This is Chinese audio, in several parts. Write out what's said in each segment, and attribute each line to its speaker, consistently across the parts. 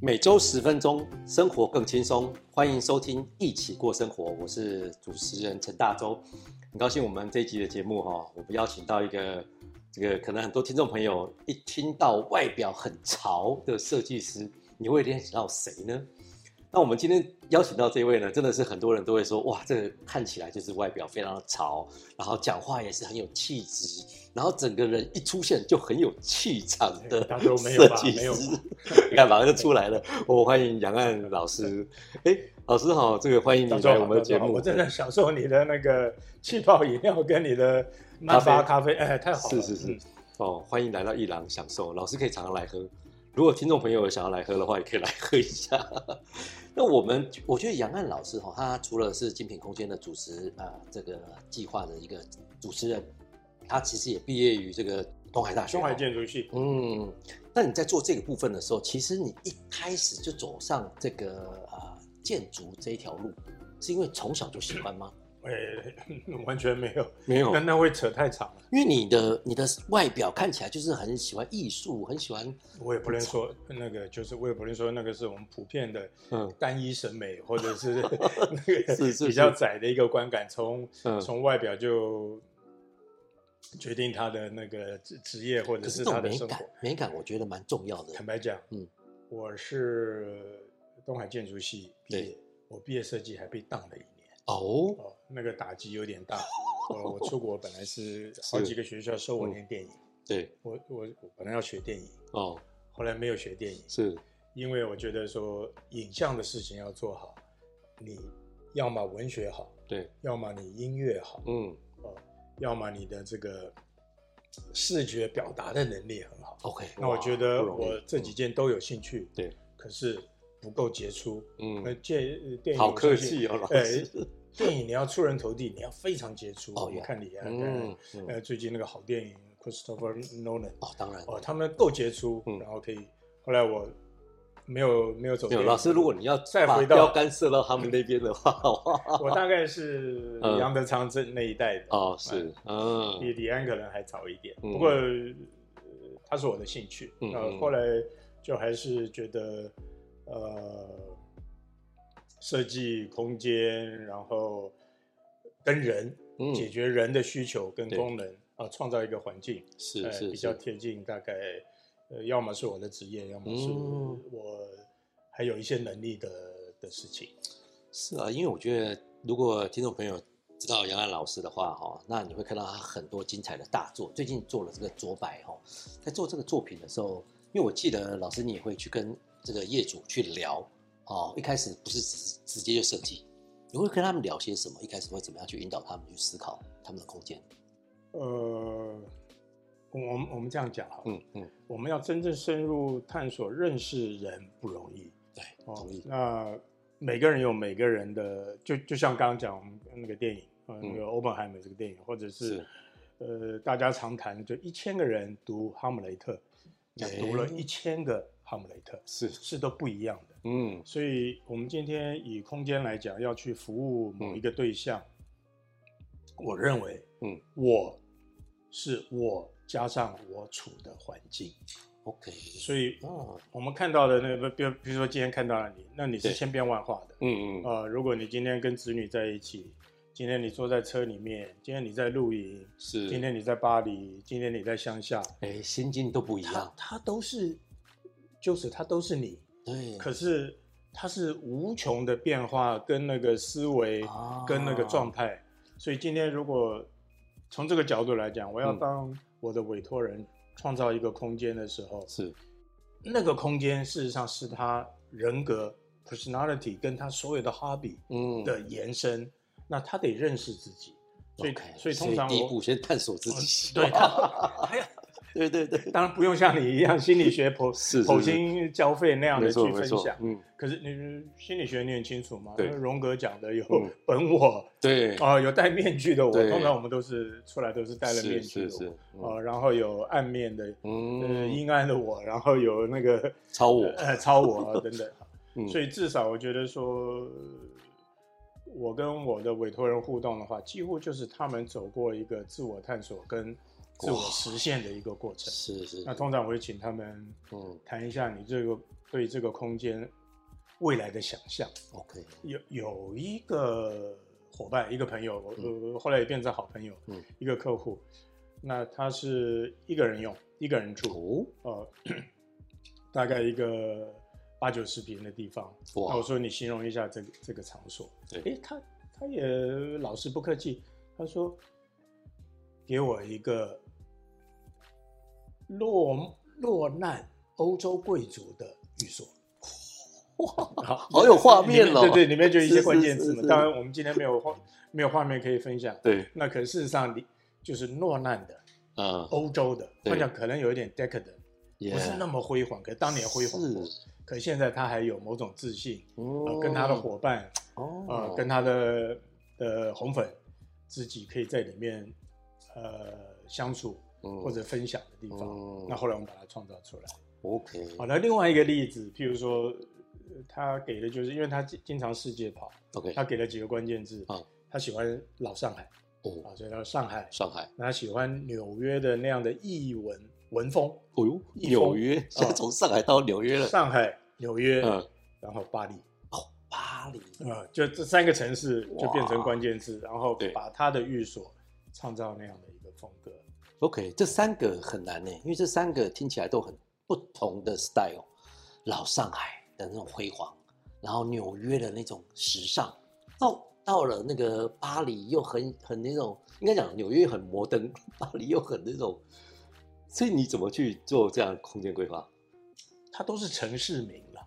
Speaker 1: 每周十分钟，生活更轻松。欢迎收听《一起过生活》，我是主持人陈大洲。很高兴我们这一集的节目哈、我们邀请到一个这个可能很多听众朋友一听到外表很潮的设计师，你会联想到谁呢？那我们今天邀请到这位呢，真的是很多人都会说，哇，这个看起来就是外表非常的潮，然后讲话也是很有气质，然后整个人一出现就很有气场的
Speaker 2: 大家都没有
Speaker 1: 设
Speaker 2: 吧？
Speaker 1: 计
Speaker 2: 没有吧
Speaker 1: 师。你 看，马上就出来了。我欢迎杨岸老师。哎，老师好，这个欢迎你
Speaker 2: 大家
Speaker 1: 来
Speaker 2: 好
Speaker 1: 我们的
Speaker 2: 大家
Speaker 1: 节
Speaker 2: 好
Speaker 1: 目。
Speaker 2: 我真的享受你的那个气泡饮料跟你的曼巴咖啡，哎，太好了，
Speaker 1: 是是是
Speaker 2: 嗯，
Speaker 1: 哦，欢迎来到一郎享受，老师可以常常来喝。如果听众朋友想要来喝的话，也可以来喝一下。 那我们我觉得杨岸老师哈、他除了是精品空间的主持啊、这个计划的一个主持人，他其实也毕业于这个东海大学、哦
Speaker 2: 中海建筑系，
Speaker 1: 嗯，那你在做这个部分的时候，其实你一开始就走上这个啊、建筑这一条路，是因为从小就喜欢吗？
Speaker 2: 哎， 完全没有，
Speaker 1: 没有
Speaker 2: 那那会扯太长了，
Speaker 1: 因为你的你的外表看起来就是很喜欢艺术，很喜欢
Speaker 2: 我也不能说那个，就是我也不能说那个是我们普遍的
Speaker 1: 嗯
Speaker 2: 单一审美，或者是 那个
Speaker 1: 是是
Speaker 2: 比较窄的一个观感，从
Speaker 1: 嗯
Speaker 2: 从外表就决定他的那个职职业或者
Speaker 1: 可是
Speaker 2: 是
Speaker 1: 这
Speaker 2: 他
Speaker 1: 种
Speaker 2: 的
Speaker 1: 美
Speaker 2: 生活
Speaker 1: 感。，美感我觉得蛮重要的。
Speaker 2: 坦白讲，
Speaker 1: 嗯
Speaker 2: 嗯，我是东海建筑系毕业，我毕业设计还被当了一年，
Speaker 1: 哦，
Speaker 2: 哦，那个打击有点 大。我我出国本来是好
Speaker 1: 是嗯
Speaker 2: 几个学校收我念电影，
Speaker 1: 对，
Speaker 2: 我我我本来要学电影，
Speaker 1: 哦，
Speaker 2: 后来没有学电影，
Speaker 1: 是，
Speaker 2: 因为我觉得说影像的事情要做好，你要么文学好，
Speaker 1: 对，
Speaker 2: 要么你音乐好，
Speaker 1: 嗯
Speaker 2: 要么你的这个视觉表达的能力很好。
Speaker 1: ，OK 哇。
Speaker 2: 那我觉得
Speaker 1: 不容易嗯
Speaker 2: 我这几，件都有兴趣，
Speaker 1: 对，
Speaker 2: 可是不够杰出。
Speaker 1: 嗯，
Speaker 2: 那
Speaker 1: 嗯
Speaker 2: 电呃电影
Speaker 1: 好
Speaker 2: 我
Speaker 1: 客
Speaker 2: 相信
Speaker 1: 气哦，老
Speaker 2: 哎
Speaker 1: 师。
Speaker 2: 电影你要出人头地，你要非常杰出。
Speaker 1: 哦
Speaker 2: 我
Speaker 1: 原来
Speaker 2: 看李安，
Speaker 1: 嗯
Speaker 2: 嗯，，
Speaker 1: 嗯
Speaker 2: 呃，最近那个好电影 Christopher Nolan，
Speaker 1: 哦，当然，
Speaker 2: 哦，他们够杰出
Speaker 1: 嗯，
Speaker 2: 然后可以。后来我没有没有走
Speaker 1: 没
Speaker 2: 电
Speaker 1: 有
Speaker 2: 影。
Speaker 1: 老师，如果你要
Speaker 2: 再
Speaker 1: 把
Speaker 2: 回到
Speaker 1: 标杆射到他们那边的话，哇
Speaker 2: 我大概是
Speaker 1: 嗯
Speaker 2: 杨德昌这那一代的，
Speaker 1: 哦，是，嗯，
Speaker 2: 比李安可能还早一点。
Speaker 1: 嗯
Speaker 2: 不过呃他是我的兴趣，
Speaker 1: 嗯
Speaker 2: 呃
Speaker 1: 嗯，
Speaker 2: 后来就还是觉得呃，设计空间，然后跟人
Speaker 1: 嗯
Speaker 2: 解决人的需求跟
Speaker 1: 对
Speaker 2: 功能啊，创造一个环境，
Speaker 1: 是
Speaker 2: 呃
Speaker 1: 是
Speaker 2: 比较
Speaker 1: 是
Speaker 2: 贴近大概呃，要么是我的职业，要么是
Speaker 1: 嗯
Speaker 2: 我还有一些能力的的事情。
Speaker 1: 是啊，因为我觉得如果听众朋友知道杨澜老师的话哈，那你会看到他很多精彩的大作。最近做了这个左柏哈，在做这个作品的时候，因为我记得老师你也会去跟这个业主去聊哦，一开始不是直直接就设计，你会跟他们聊些什么？一开始会怎么样去引导他们去思考他们的空间？
Speaker 2: 呃，我我们我们这样讲好了，
Speaker 1: 嗯嗯，
Speaker 2: 我们要真正深入探索认识人不容易
Speaker 1: 对，
Speaker 2: 哦
Speaker 1: 同意。
Speaker 2: 那每个人有每个人的，就就像刚刚讲我们那个电影，呃，
Speaker 1: 嗯
Speaker 2: 那个《欧本海默》这个电影，或者是
Speaker 1: 是
Speaker 2: 呃，大家常谈，就一千个人读《哈姆雷特》，讲读了
Speaker 1: 哎
Speaker 2: 一千个《哈姆雷特》，
Speaker 1: 是，
Speaker 2: 是都不一样的。
Speaker 1: 嗯
Speaker 2: 所以，我们今天以空间来讲，要去服务某一个对象，我认为，
Speaker 1: 嗯，
Speaker 2: 我是我加上我处的环境，
Speaker 1: ，OK，
Speaker 2: 所以
Speaker 1: 哦，
Speaker 2: 我们看到的那个，比如比如说今天看到了你，那你是
Speaker 1: 对
Speaker 2: 千变万化的。
Speaker 1: 嗯嗯，
Speaker 2: 呃，如果你今天跟子女在一起，今天你坐在车里面，今天你在露营，
Speaker 1: 是，
Speaker 2: 今天你在巴黎，今天你在乡下，
Speaker 1: 哎，心境都不一
Speaker 2: 它
Speaker 1: 样，
Speaker 2: 它都是，就是它都是你，
Speaker 1: 对，
Speaker 2: 可是它是无穷的变化跟那个思维、
Speaker 1: 啊
Speaker 2: 跟那个状态，所以今天如果从这个角度来讲，我要
Speaker 1: 嗯
Speaker 2: 帮我的委托人创造一个空间的时候，
Speaker 1: 是，
Speaker 2: 那个空间事实上是他人格 personality 跟他所有的 hobby
Speaker 1: 嗯
Speaker 2: 的延伸，那他得认识自己，所以
Speaker 1: OK，
Speaker 2: 所以通常
Speaker 1: 第一
Speaker 2: 我哦
Speaker 1: 步先探索自己，
Speaker 2: 对他，他要
Speaker 1: 对对对，
Speaker 2: 当然不用像你一样心理学剖
Speaker 1: 是是
Speaker 2: 剖
Speaker 1: 是
Speaker 2: 心交费那样
Speaker 1: 没
Speaker 2: 的去
Speaker 1: 错没
Speaker 2: 分
Speaker 1: 错
Speaker 2: 享，，
Speaker 1: 嗯，
Speaker 2: 可是你心理学你很清楚嘛？
Speaker 1: 对
Speaker 2: 那荣格讲的有
Speaker 1: 嗯
Speaker 2: 本我
Speaker 1: 对，
Speaker 2: 啊、有戴面具的我。
Speaker 1: 对
Speaker 2: 通常我们都是出来都是戴了面
Speaker 1: 是
Speaker 2: 具
Speaker 1: 是
Speaker 2: 的
Speaker 1: 是
Speaker 2: 我，啊、，然后有暗面的，呃，
Speaker 1: 嗯，
Speaker 2: 阴暗的我，然后有那个
Speaker 1: 超我，
Speaker 2: 呃，超我 啊等等。
Speaker 1: 嗯
Speaker 2: 所以至少我觉得说，我跟我的委托人互动的话，几乎就是他们走过一个自我探索跟自我实现的一个过程。
Speaker 1: 是是，
Speaker 2: 那通常我会请他们
Speaker 1: 嗯
Speaker 2: 谈一下你这个对这个空间未来的想象。
Speaker 1: ，OK，
Speaker 2: 有有一个伙伴，一个朋友，我、我后来也变成好朋友，
Speaker 1: 嗯
Speaker 2: 一个客户，那他是一个人用，一个人住，
Speaker 1: 哦，
Speaker 2: 呃，大概一个八九十平的地方。那我
Speaker 1: 哇，
Speaker 2: 说你形容一下这个这个场所，
Speaker 1: 对
Speaker 2: 诶，他他也老实不客气，他说给我一个落落难欧洲贵族的寓所。哇，
Speaker 1: 好有画面哦
Speaker 2: 里面对对，里面就有一些
Speaker 1: 是
Speaker 2: 关键字
Speaker 1: 是
Speaker 2: 嘛。
Speaker 1: 是
Speaker 2: 当然，我们今天没有画没有画面可以分享。
Speaker 1: 对，
Speaker 2: 那可事实上，你就是落难的
Speaker 1: 嗯，
Speaker 2: 欧洲的，
Speaker 1: 对
Speaker 2: 或者可能有一点 decadent，
Speaker 1: 也
Speaker 2: 不是那么辉煌，可当年辉煌过
Speaker 1: 是。
Speaker 2: 可现在他还有某种自信，呃
Speaker 1: 哦，，
Speaker 2: 跟他的伙伴，呃
Speaker 1: 哦，，
Speaker 2: 跟他的的红粉，自己可以在里面呃相处
Speaker 1: 嗯
Speaker 2: 或者分享的地方。
Speaker 1: 嗯
Speaker 2: 那后来我们把它创造出来。
Speaker 1: ，OK，
Speaker 2: 好，那另外一个例子，譬如说，呃他给的就是，因为他经经常世界跑，
Speaker 1: ，OK，
Speaker 2: 他给了几个关键字
Speaker 1: 啊，
Speaker 2: 他喜欢老上海
Speaker 1: 哦，
Speaker 2: 啊，所以他说上海，
Speaker 1: 上海，
Speaker 2: 那他喜欢纽约的那样的艺文文风，
Speaker 1: 哦呦，
Speaker 2: 一
Speaker 1: 纽
Speaker 2: 封呃
Speaker 1: 约，现在 从上海到纽约了，
Speaker 2: 上海、纽约，
Speaker 1: 嗯，哦
Speaker 2: 然后巴黎。
Speaker 1: 巴黎，
Speaker 2: 啊、就这三个城市就变成
Speaker 1: 哇
Speaker 2: 关键字，然后
Speaker 1: 对
Speaker 2: 把他的寓所创造那样的一个风格。
Speaker 1: OK，这三个很难呢，因为这三个听起来都很不同的 style，老上海的那种辉煌，然后纽约的那种时尚，到到了那个巴黎又很很那种，应该讲纽约很摩登， 巴黎又很那种，所以你怎么去做这样的空间规划？
Speaker 2: 他都是城市名了，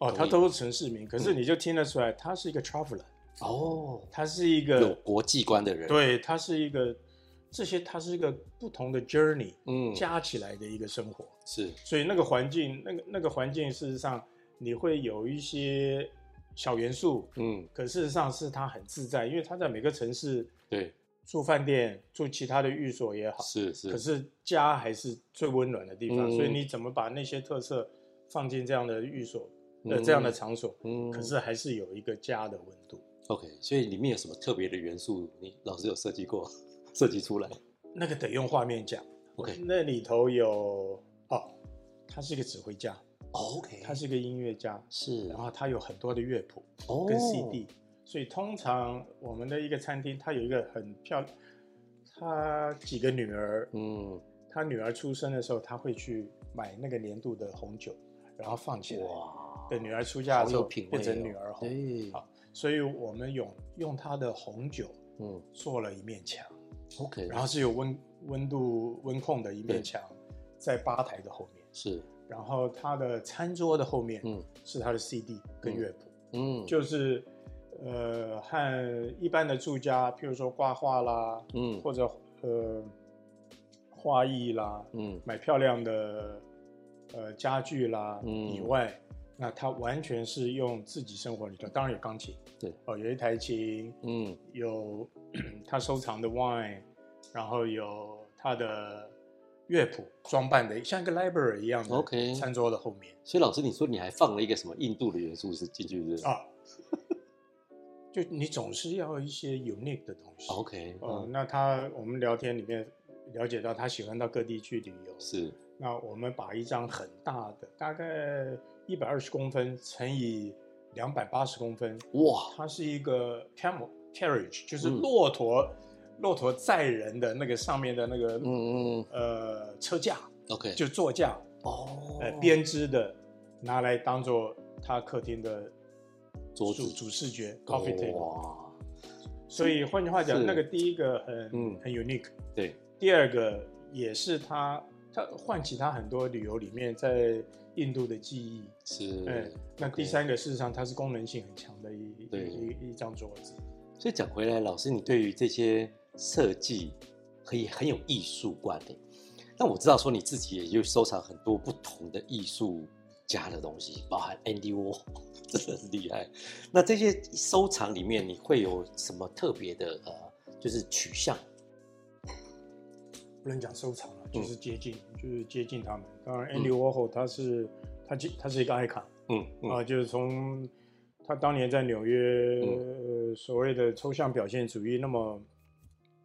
Speaker 2: 哦，
Speaker 1: 同意
Speaker 2: 他都是城市名，可
Speaker 1: 嗯
Speaker 2: 是你就听得出来，他是一个 traveler，
Speaker 1: 哦，
Speaker 2: 他是一
Speaker 1: 有
Speaker 2: 个，
Speaker 1: 国际观的人，，
Speaker 2: 对，他是一个，这些他是一个不同的 journey
Speaker 1: 嗯，
Speaker 2: 加起来的一个生活，
Speaker 1: 是
Speaker 2: 所以那个环境，那个那个环境，事实上你会有一些小元素，
Speaker 1: 嗯，
Speaker 2: 可事实上是他很自在，因为他在每个城市
Speaker 1: 对，
Speaker 2: 住饭店、住其他的寓所也好，
Speaker 1: 是是，
Speaker 2: 可是家还是最温暖的地方，
Speaker 1: 嗯
Speaker 2: 所以你怎么把那些特色放进这样的寓所、呃这样的场所，
Speaker 1: 嗯，
Speaker 2: 可是还是有一个家的温度。
Speaker 1: OK，所以里面有什么特别的元素？你老师有设计过， 设计出来
Speaker 2: 那个得用画面讲。
Speaker 1: ？OK，
Speaker 2: 那里头有哦，他是一个指挥家，
Speaker 1: 哦，OK，
Speaker 2: 他是一个音乐家，
Speaker 1: 是
Speaker 2: 然后他有很多的乐谱
Speaker 1: 哦
Speaker 2: 跟 CD，、所以通常我们的一个餐厅，它有一个很漂亮，他几个女儿，
Speaker 1: 嗯，
Speaker 2: 他女儿出生的时候，他会去买那个年度的红酒，然后放起来。
Speaker 1: 哇，
Speaker 2: 对，女儿出嫁的
Speaker 1: 好
Speaker 2: 时候
Speaker 1: 有品味、哦，
Speaker 2: 变成女儿红，
Speaker 1: 对，
Speaker 2: 好所以我们用用她的红酒
Speaker 1: 嗯
Speaker 2: 做了一面墙，
Speaker 1: ，OK，
Speaker 2: 然后是有温温度温控的一
Speaker 1: 对
Speaker 2: 面墙，在吧台的后面，
Speaker 1: 是，
Speaker 2: 然后她的餐桌的后面
Speaker 1: 嗯
Speaker 2: 是她的 CD 跟
Speaker 1: 嗯
Speaker 2: 乐谱，
Speaker 1: 嗯，
Speaker 2: 就是呃和一般的住家，譬如说挂画啦，
Speaker 1: 嗯
Speaker 2: 或者呃画艺啦，
Speaker 1: 嗯
Speaker 2: 买漂亮的呃家具啦、
Speaker 1: 嗯
Speaker 2: 以外，那他完全是用自己生活里头，当然有钢琴，
Speaker 1: 对，
Speaker 2: 哦，有一台琴，
Speaker 1: 嗯
Speaker 2: 有他收藏的 wine，然后有他的乐谱装扮的，像一个 library 一样的
Speaker 1: OK
Speaker 2: 餐桌的后面
Speaker 1: 所以老师，你说你还放了一个什么印度的元素是进去是？
Speaker 2: 啊，就你总是要一些 unique 的东西。
Speaker 1: ，OK，
Speaker 2: 哦，
Speaker 1: 嗯，
Speaker 2: 那他我们聊天里面了解到他喜欢到各地去旅游，
Speaker 1: 是，
Speaker 2: 那我们把一张很大的，大概一百二十公分乘以两百八十公分，
Speaker 1: 哇，
Speaker 2: 它是一个 camel carriage，就是
Speaker 1: 嗯
Speaker 2: 骆驼、骆驼载人的那个上面的那个、
Speaker 1: 嗯嗯
Speaker 2: 呃车架，
Speaker 1: ，OK，
Speaker 2: 就座架，
Speaker 1: 哦，
Speaker 2: 呃编织的，拿来当做他客厅的
Speaker 1: 桌子
Speaker 2: 主主视觉 coffee table。
Speaker 1: 哇，
Speaker 2: 所以换句话讲
Speaker 1: 是，
Speaker 2: 那个第一个很、
Speaker 1: 嗯
Speaker 2: 很 unique，
Speaker 1: 对，
Speaker 2: 第二个也是他他唤起他很多旅游里面在印度的记忆。
Speaker 1: 是，
Speaker 2: 对，那
Speaker 1: OK
Speaker 2: 第三个事实上它是功能性很强的一
Speaker 1: 对
Speaker 2: 一一一张桌子。
Speaker 1: 所以讲回来，老师，你对于这些设计可以很有艺术观的。那我知道说你自己也就收藏很多不同的艺术家的东西，包含 Andy Warhol，真 的是厉害。那这些收藏里面，你会有什么特别的呃，就是取向？
Speaker 2: 不能讲收藏
Speaker 1: 嗯
Speaker 2: 了，就是接近，就是接近他们。当然，Andy Warhol 他是他其他是一个 icon
Speaker 1: 嗯
Speaker 2: 啊，就是从他当年在纽约
Speaker 1: 嗯
Speaker 2: 呃所谓的抽象表现主义那么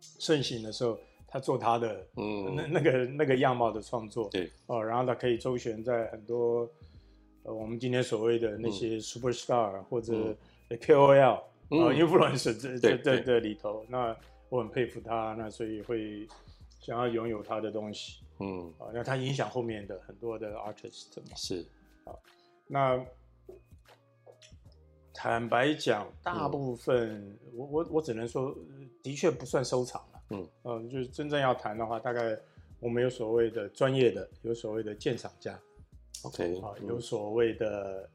Speaker 2: 盛行的时候，他做他的
Speaker 1: 嗯，
Speaker 2: 呃那那个那个样貌的创作，
Speaker 1: 对
Speaker 2: 哦，然后他可以周旋在很多呃我们今天所谓的那些 superstar 或者 KOL
Speaker 1: 嗯
Speaker 2: 啊 influencer 这这
Speaker 1: 对
Speaker 2: 这
Speaker 1: 对
Speaker 2: 这里头，那我很佩服他，那所以会想要拥有他的东西
Speaker 1: 嗯
Speaker 2: 啊，那他影响后面的很多的 artist 嘛。
Speaker 1: 是
Speaker 2: 那坦白讲，
Speaker 1: 嗯
Speaker 2: 大部分、我我我只能说，呃的确不算收藏了。
Speaker 1: 嗯，
Speaker 2: 呃，就是真正要谈的话，大概我们有所谓的专业的，有所谓的鉴赏家
Speaker 1: ，OK，
Speaker 2: 啊，
Speaker 1: 嗯
Speaker 2: 有所谓的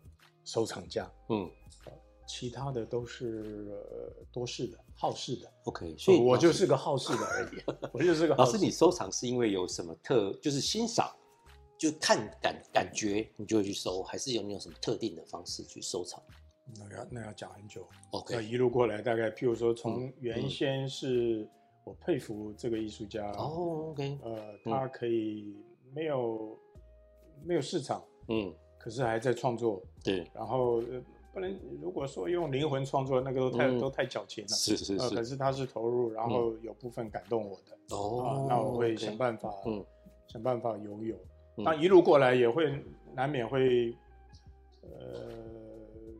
Speaker 2: 收藏家，
Speaker 1: 嗯
Speaker 2: 其他的都是、呃、多事的、好事的。
Speaker 1: OK，所以
Speaker 2: 我
Speaker 1: 老
Speaker 2: 就
Speaker 1: 师
Speaker 2: 是个好事的而 已，我就是个好
Speaker 1: 老
Speaker 2: 事
Speaker 1: 师，你收藏是因为有什么特，就是欣赏，就看感感觉，你就会去收，还是有没有什么特定的方式去收藏
Speaker 2: 那要那要讲很久。那
Speaker 1: ？OK，
Speaker 2: 一路过来，大概譬如说，从
Speaker 1: 嗯
Speaker 2: 原
Speaker 1: 嗯
Speaker 2: 先是我佩服这个艺术家，
Speaker 1: 哦，OK，
Speaker 2: 呃，他可以没有没有市场，
Speaker 1: 嗯，
Speaker 2: 可是还在创作，
Speaker 1: 对，
Speaker 2: 然后、呃、不能如果说用灵魂创作，那个都太、
Speaker 1: 嗯
Speaker 2: 都太矫情了。
Speaker 1: 是是嗯
Speaker 2: 呃，可
Speaker 1: 是，
Speaker 2: 是他是投入，然后有部分感动我的、啊
Speaker 1: 哦，，
Speaker 2: 那我会想
Speaker 1: 法，
Speaker 2: 办法，
Speaker 1: 嗯
Speaker 2: 想办法拥有。
Speaker 1: 嗯
Speaker 2: 那一路过来也会难免会，呃，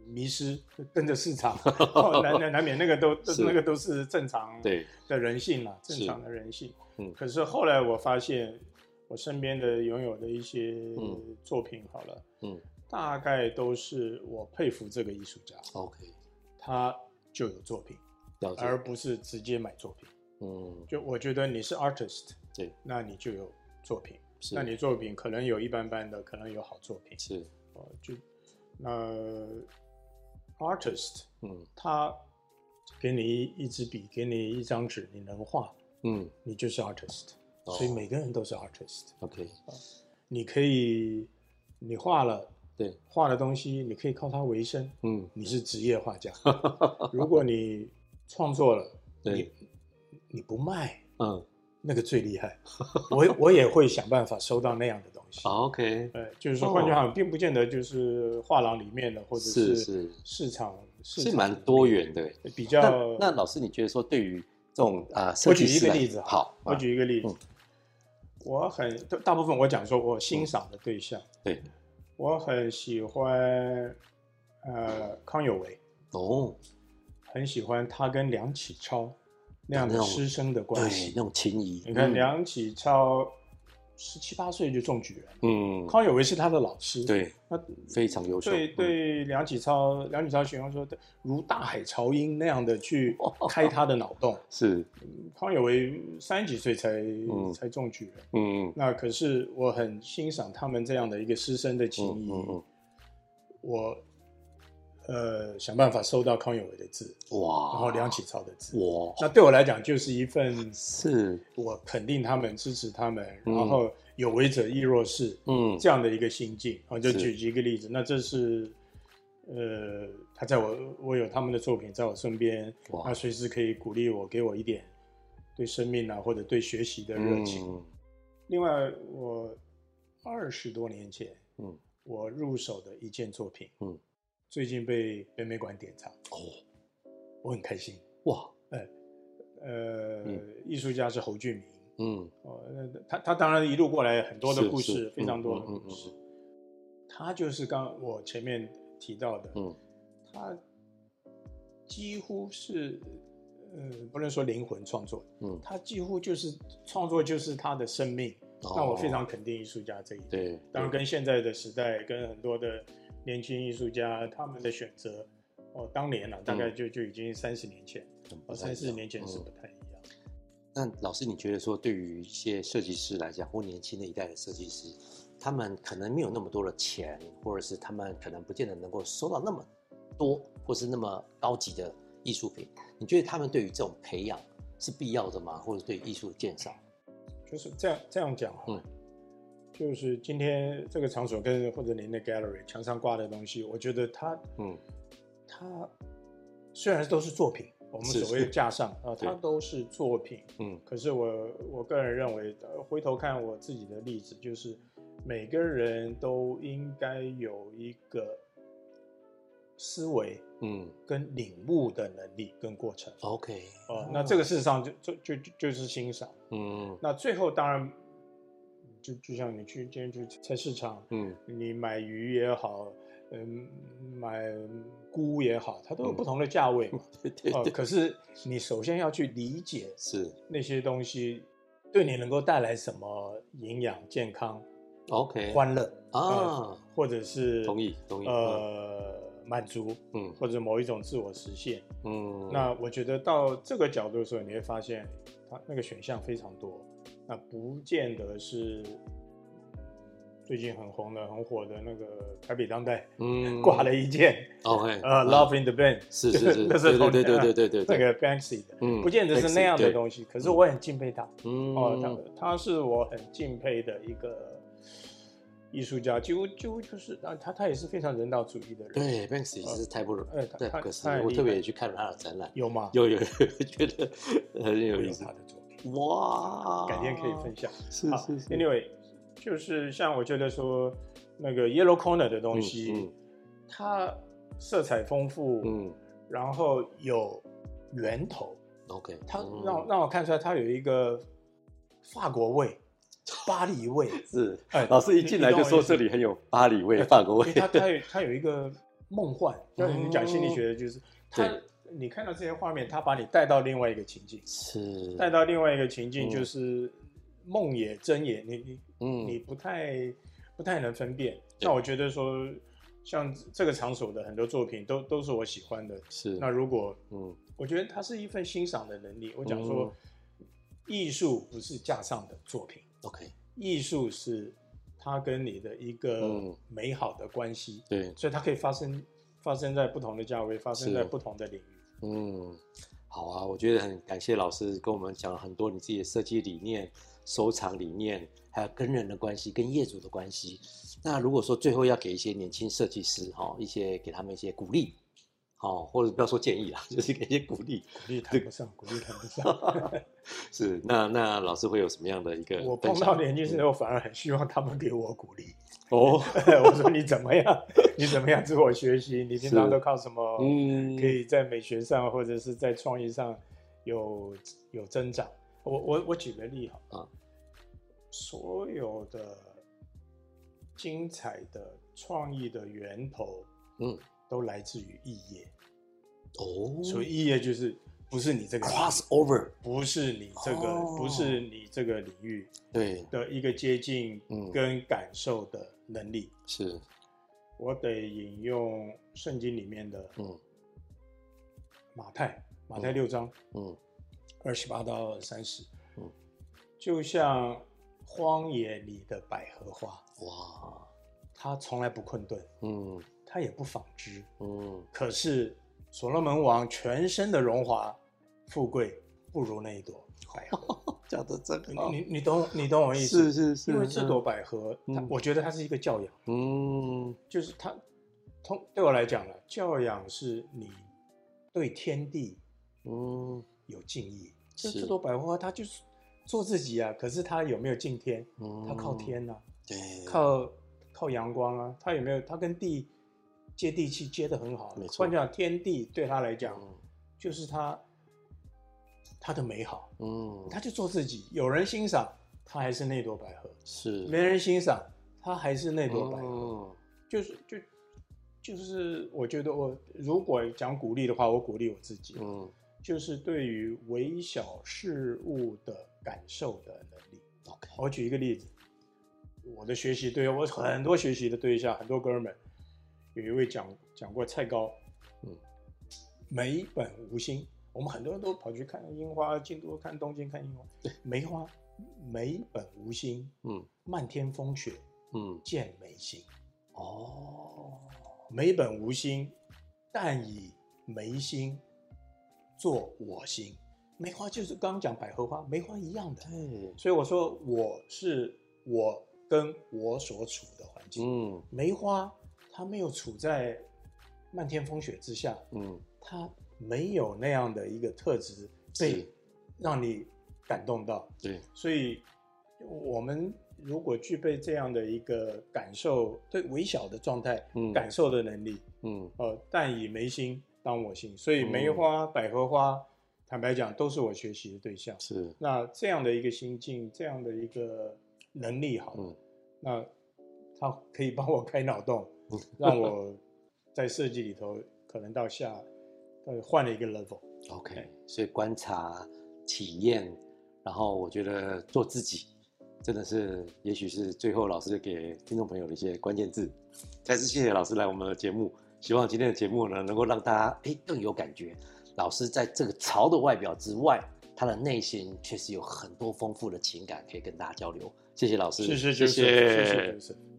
Speaker 2: 迷失，跟着 市场，哦难难难免那个都
Speaker 1: 是
Speaker 2: 那个都是正常
Speaker 1: 对，
Speaker 2: 的人性啦，
Speaker 1: 是
Speaker 2: 正常的人性。
Speaker 1: 嗯
Speaker 2: 可是后来我发现，我身边的拥有的一些
Speaker 1: 嗯
Speaker 2: 作品，好了，
Speaker 1: 嗯
Speaker 2: 大概都是我佩服这个艺术家，
Speaker 1: ，OK，
Speaker 2: 他就有作品，
Speaker 1: 了解，
Speaker 2: 而不是直接买作品。
Speaker 1: 嗯，
Speaker 2: 就我觉得你是 artist，
Speaker 1: 对，
Speaker 2: 那你就有作品，
Speaker 1: 是，
Speaker 2: 那你作品可能有一般般的，可能有好作品。
Speaker 1: 是，
Speaker 2: 哦，就那 artist
Speaker 1: 嗯
Speaker 2: 他给你一一支笔，给你一张纸，你能画，
Speaker 1: 嗯
Speaker 2: 你就是 artist，、
Speaker 1: 哦
Speaker 2: 所以每个人都是 artist。
Speaker 1: ，OK，
Speaker 2: 你可以，你画了
Speaker 1: 对，
Speaker 2: 画的东西，你可以靠它为生，
Speaker 1: 嗯，
Speaker 2: 你是职业 画家。如果你创作了，
Speaker 1: 对，
Speaker 2: 你你不卖，
Speaker 1: 嗯
Speaker 2: 那个最 厉害。我我也会想办法收到那样的东西。
Speaker 1: 好，OK，
Speaker 2: 呃，就是
Speaker 1: 哦
Speaker 2: 说，换句话，并不见得就是画廊里面的，或者
Speaker 1: 是是
Speaker 2: 市场，市
Speaker 1: 是
Speaker 2: 场
Speaker 1: 蛮多元的欸。
Speaker 2: 比
Speaker 1: 那
Speaker 2: 较。
Speaker 1: 那老师，你觉得说对于这种啊，设
Speaker 2: 我举
Speaker 1: 计
Speaker 2: 一
Speaker 1: 师
Speaker 2: 个
Speaker 1: 来
Speaker 2: 例子，
Speaker 1: 好，
Speaker 2: 我
Speaker 1: 啊
Speaker 2: 举一个例子
Speaker 1: 嗯，
Speaker 2: 我很大大部分我讲说我
Speaker 1: 嗯
Speaker 2: 欣赏的对象，
Speaker 1: 对，
Speaker 2: 我很喜欢呃康有为，
Speaker 1: 哦，
Speaker 2: 很喜欢他跟梁启超那样的
Speaker 1: 那种
Speaker 2: 师生的关
Speaker 1: 对，
Speaker 2: 系。
Speaker 1: 那种情谊，
Speaker 2: 你看
Speaker 1: 嗯
Speaker 2: 梁启超十七八岁就中举人，
Speaker 1: 嗯，
Speaker 2: 康有为是他的老师，，
Speaker 1: 对，
Speaker 2: 那
Speaker 1: 非常优秀，
Speaker 2: 对
Speaker 1: 嗯，
Speaker 2: 对梁启超，梁启超形容说如大海潮音那样的 去开他的脑洞。
Speaker 1: 是，
Speaker 2: 康有为三十几岁才、才中举人。
Speaker 1: 嗯
Speaker 2: 那可是我很欣赏他们这样的一个师生的情
Speaker 1: 嗯
Speaker 2: 谊。
Speaker 1: 嗯嗯，
Speaker 2: 我呃想办法收到康有为的字，
Speaker 1: 哇，
Speaker 2: 然后梁启超的字。
Speaker 1: 哇，
Speaker 2: 那对我来讲就是一份
Speaker 1: 是，
Speaker 2: 我肯定他们、支持他们，
Speaker 1: 嗯
Speaker 2: 然后有为者亦若是、
Speaker 1: 嗯
Speaker 2: 这样的一个心境。我就是举一个例子，那这是呃他在我我有他们的作品在我身边，
Speaker 1: 哇
Speaker 2: 他，随时可以鼓励我，给我一点对生命啊或者对学习的热情。
Speaker 1: 嗯
Speaker 2: 另外，我二十多年前，
Speaker 1: 嗯，
Speaker 2: 我入手的一件作品，
Speaker 1: 嗯，
Speaker 2: 最近被北美馆典藏，
Speaker 1: 哦，
Speaker 2: 我很开心。
Speaker 1: 哇，
Speaker 2: 呃，
Speaker 1: 嗯
Speaker 2: 艺术家是侯俊明，
Speaker 1: 嗯
Speaker 2: 哦，那他他当然一路过来很多的
Speaker 1: 是
Speaker 2: 故
Speaker 1: 是
Speaker 2: 事，非常多的
Speaker 1: 嗯嗯嗯
Speaker 2: 故事。他就是刚我前面提到的，
Speaker 1: 嗯，
Speaker 2: 他几乎是，呃，不能说灵魂创作，
Speaker 1: 嗯，
Speaker 2: 他几乎就是创作就是他的生命。那我非常肯定艺术家这一点。
Speaker 1: 哦对，
Speaker 2: 当然
Speaker 1: 对
Speaker 2: 跟现在的时代，跟很多的年轻艺术家他们的选择，哦，当年了、大概就就已经三十年前，
Speaker 1: 嗯不太
Speaker 2: 哦，
Speaker 1: 一
Speaker 2: 三
Speaker 1: 样
Speaker 2: 四年前是
Speaker 1: 嗯
Speaker 2: 不太一样。
Speaker 1: 那老师，你觉得说对于一些设计师来讲，或年轻的一代的设计师，他们可能没有那么多的钱，或者是他们可能不见得能够收到那么多，或是那么高级的艺术品，你觉得他们对于这种培养是必要的吗？或者对艺术的鉴赏？
Speaker 2: 就是这样这样讲哈，
Speaker 1: 嗯
Speaker 2: 就是今天这个场所跟或者您的 gallery 墙上挂的东西，我觉得它
Speaker 1: 嗯，
Speaker 2: 它虽然都是作品，我们
Speaker 1: 是
Speaker 2: 所谓的
Speaker 1: 是
Speaker 2: 架上啊，它
Speaker 1: 对
Speaker 2: 都是作品，
Speaker 1: 嗯
Speaker 2: 可是我我个人认为，呃回头看我自己的例子，就是每个人都应该有一个思维
Speaker 1: 嗯
Speaker 2: 跟领悟的能力跟过程。
Speaker 1: ，OK，
Speaker 2: 哦，那这个事实上就就就就就是欣赏。
Speaker 1: 嗯
Speaker 2: 那最后当然，就就像你去今天去菜市场，
Speaker 1: 嗯
Speaker 2: 你买鱼也好，嗯，买菇也好，它都有
Speaker 1: 嗯
Speaker 2: 不同的价位嘛。
Speaker 1: 对 对
Speaker 2: 哦，
Speaker 1: 对，
Speaker 2: 可是你首先要去理解
Speaker 1: 是
Speaker 2: 那些东西对你能够带来什么营养、健康、
Speaker 1: OK
Speaker 2: 欢乐，
Speaker 1: 啊，
Speaker 2: 或者是
Speaker 1: 哎同意同意，
Speaker 2: 呃满足，
Speaker 1: 嗯
Speaker 2: 或者某一种自我实现。
Speaker 1: 嗯，
Speaker 2: 那我觉得到这个角度的时候，你会发现它那个选项非常多，那不见得是最近很红的、很火的那个台北当代
Speaker 1: 嗯
Speaker 2: 挂了一件、
Speaker 1: OK
Speaker 2: 呃《Love in the Band》，
Speaker 1: 是 是是，
Speaker 2: 那
Speaker 1: 对
Speaker 2: 是
Speaker 1: 对
Speaker 2: 同啊
Speaker 1: 对对对对对
Speaker 2: 那
Speaker 1: 对，
Speaker 2: 个 Banksy 的，
Speaker 1: 嗯
Speaker 2: 不见得是那样的
Speaker 1: 对
Speaker 2: 东西。可是我很敬佩他，
Speaker 1: 嗯
Speaker 2: 哦，他他是我很敬佩的一个艺术家，几乎几乎就是啊，他他也是非常人道主义的人，
Speaker 1: 对 Banks 也是太不容
Speaker 2: 呃
Speaker 1: 太不
Speaker 2: 他
Speaker 1: 可思
Speaker 2: 他
Speaker 1: 议，
Speaker 2: 很
Speaker 1: 我
Speaker 2: 厉
Speaker 1: 特别
Speaker 2: 害
Speaker 1: 也去看了他的展 览，
Speaker 2: 有吗？
Speaker 1: 有有 有，觉得很有
Speaker 2: 我
Speaker 1: 意
Speaker 2: 有
Speaker 1: 思
Speaker 2: 他，的作品，
Speaker 1: 哇，
Speaker 2: 哎改天可以分享。
Speaker 1: 是
Speaker 2: 好
Speaker 1: 哦是是，
Speaker 2: Anyway，就是像我觉得说那个 Yellow Corner 的东西，
Speaker 1: 嗯
Speaker 2: 它色彩丰富，
Speaker 1: 嗯
Speaker 2: 然后有源头，
Speaker 1: ，OK，
Speaker 2: 它
Speaker 1: 嗯
Speaker 2: 让我让我看出来它有一个法国味、 巴黎味。
Speaker 1: 是
Speaker 2: 哎
Speaker 1: 老师一
Speaker 2: 你
Speaker 1: 进
Speaker 2: 你
Speaker 1: 来
Speaker 2: 懂
Speaker 1: 就
Speaker 2: 我
Speaker 1: 说
Speaker 2: 意思
Speaker 1: 这里很有巴黎味、法国味
Speaker 2: 因为，它它有它有一个梦幻，就是你讲心理学的，就是它
Speaker 1: 哦对
Speaker 2: 你看到这些画面，它把你带到另外一个情境，
Speaker 1: 是，
Speaker 2: 带到另外一个情境
Speaker 1: 嗯
Speaker 2: 就是梦也真也，你你
Speaker 1: 嗯
Speaker 2: 你不太不太能分辨。
Speaker 1: 对
Speaker 2: 那我觉得说，像这个场所的很多作品都都是我喜欢的。
Speaker 1: 是
Speaker 2: 那如果
Speaker 1: 嗯
Speaker 2: 我觉得它是一份欣赏的能力，我讲说，
Speaker 1: 嗯
Speaker 2: 艺术不是架上的作品，
Speaker 1: OK，
Speaker 2: 艺术是它跟你的一个
Speaker 1: 嗯
Speaker 2: 美好的关系。
Speaker 1: 对，
Speaker 2: 所以它可以发生发生在不同的价位，发生在
Speaker 1: 是
Speaker 2: 不同的领域。
Speaker 1: 嗯，好啊，我觉得很感谢老师跟我们讲了很多你自己的设计理念、收藏理念，还有跟人的关系、跟业主的关系。那如果说最后要给一些年轻设计师哈、哦，一些给他们一些鼓励，哦，或者不要说建议啦， 就是给一些鼓励。
Speaker 2: 鼓励谈不上，鼓励谈不上。
Speaker 1: 是，那那老师会有什么样的一个分享？嗯
Speaker 2: 我碰到年轻人，我反而很希望他们给我鼓励。
Speaker 1: 哦，
Speaker 2: 我说你怎么样？ 你怎么样自我学习？你平常
Speaker 1: 是
Speaker 2: 都靠什么？
Speaker 1: 嗯，
Speaker 2: 可，以在美学上或者是在创意上有有增长。我我我举个例哈，
Speaker 1: 啊
Speaker 2: 所有的精彩的创意的源头，
Speaker 1: 嗯，
Speaker 2: 都来自于异业。
Speaker 1: 哦，
Speaker 2: 所以异业就是不是你这个领域
Speaker 1: crossover，
Speaker 2: 不是你这个、
Speaker 1: 哦
Speaker 2: 不是你这个领域
Speaker 1: 对，
Speaker 2: 的一个接近
Speaker 1: 嗯
Speaker 2: 跟感受的能力。
Speaker 1: 是，
Speaker 2: 我得引用圣经里面的
Speaker 1: 嗯
Speaker 2: 马太，马太六章
Speaker 1: 嗯
Speaker 2: 二十八到三十，
Speaker 1: 嗯
Speaker 2: 就像荒野里的百合花，
Speaker 1: 嗯哇，
Speaker 2: 它从来不困顿，
Speaker 1: 嗯
Speaker 2: 它也不纺织，
Speaker 1: 嗯
Speaker 2: 可是所罗门王全身的荣华富贵不如那一朵百 合。
Speaker 1: 讲的真
Speaker 2: 你你你懂你懂我意
Speaker 1: 是
Speaker 2: 思？
Speaker 1: 是是，
Speaker 2: 因为这
Speaker 1: 嗯
Speaker 2: 朵百合，它
Speaker 1: 嗯
Speaker 2: 我觉得它是一个教养，
Speaker 1: 嗯
Speaker 2: 就是它通对我来讲了，教养是你对天地
Speaker 1: 嗯
Speaker 2: 有敬意。就是这朵百合花，它就是做自己啊，可是它有没有敬天？
Speaker 1: 嗯，
Speaker 2: 它靠，天呐、
Speaker 1: 对，
Speaker 2: 靠靠阳光啊，它有没有？它跟地接地气接得很好啊。
Speaker 1: 没错
Speaker 2: 换句话讲，天地对他来讲
Speaker 1: 嗯
Speaker 2: 就是它它的美好，
Speaker 1: 嗯，
Speaker 2: 它就做自己。有人欣赏，它还是那朵百合。
Speaker 1: 是嗯
Speaker 2: 没人欣赏，他还是那
Speaker 1: 太
Speaker 2: 朵百合，就是就就是我觉得我如果讲鼓励的话，我鼓励我自己，
Speaker 1: 嗯
Speaker 2: 就是对于微小事物的感受的能力。
Speaker 1: ，OK，
Speaker 2: 我举一个例子，我的学习对象，我很多学习的对象，很多哥们儿，有一位讲讲过蔡高，
Speaker 1: 嗯，
Speaker 2: 梅本无心，我们很多人都跑去看樱花，京都看东京看樱花，梅花梅本无心，
Speaker 1: 嗯
Speaker 2: 漫天风雪。
Speaker 1: 嗯，
Speaker 2: 见美心，
Speaker 1: 哦，
Speaker 2: 美本无心，但以眉心做我心。梅花就是刚刚讲百合花，梅花一样的。
Speaker 1: 对，
Speaker 2: 所以我说我是我跟我所处的环境。
Speaker 1: 嗯
Speaker 2: 梅花它没有处在漫天风雪之下，
Speaker 1: 嗯
Speaker 2: 它没有那样的一个特质被
Speaker 1: 是
Speaker 2: 让你感动到。
Speaker 1: 对，
Speaker 2: 所以我们如果具备这样的一个感受，对微小的状态
Speaker 1: 嗯
Speaker 2: 感受的能力，
Speaker 1: 嗯
Speaker 2: 呃，但以眉心当我心，所以梅花、百合花，坦白讲都是我学习的对象。
Speaker 1: 是
Speaker 2: 那这样的一个心境，这样的一个能力好了，
Speaker 1: 嗯
Speaker 2: 那它可以帮我开脑洞， 让我在设计里头可能到下，呃，换了一个 level。
Speaker 1: OK，
Speaker 2: 对
Speaker 1: 所以观察、体验，然后我觉得做自己，真的是，也许是最后老师给听众朋友的一些关键字。再次谢谢老师来我们的节目，希望今天的节目呢，能够让大家诶更有感觉。老师在这个潮的外表之外，他的内心确实有很多丰富的情感可以跟大家交流。谢谢老师，
Speaker 2: 是是是是
Speaker 1: 谢
Speaker 2: 是是是。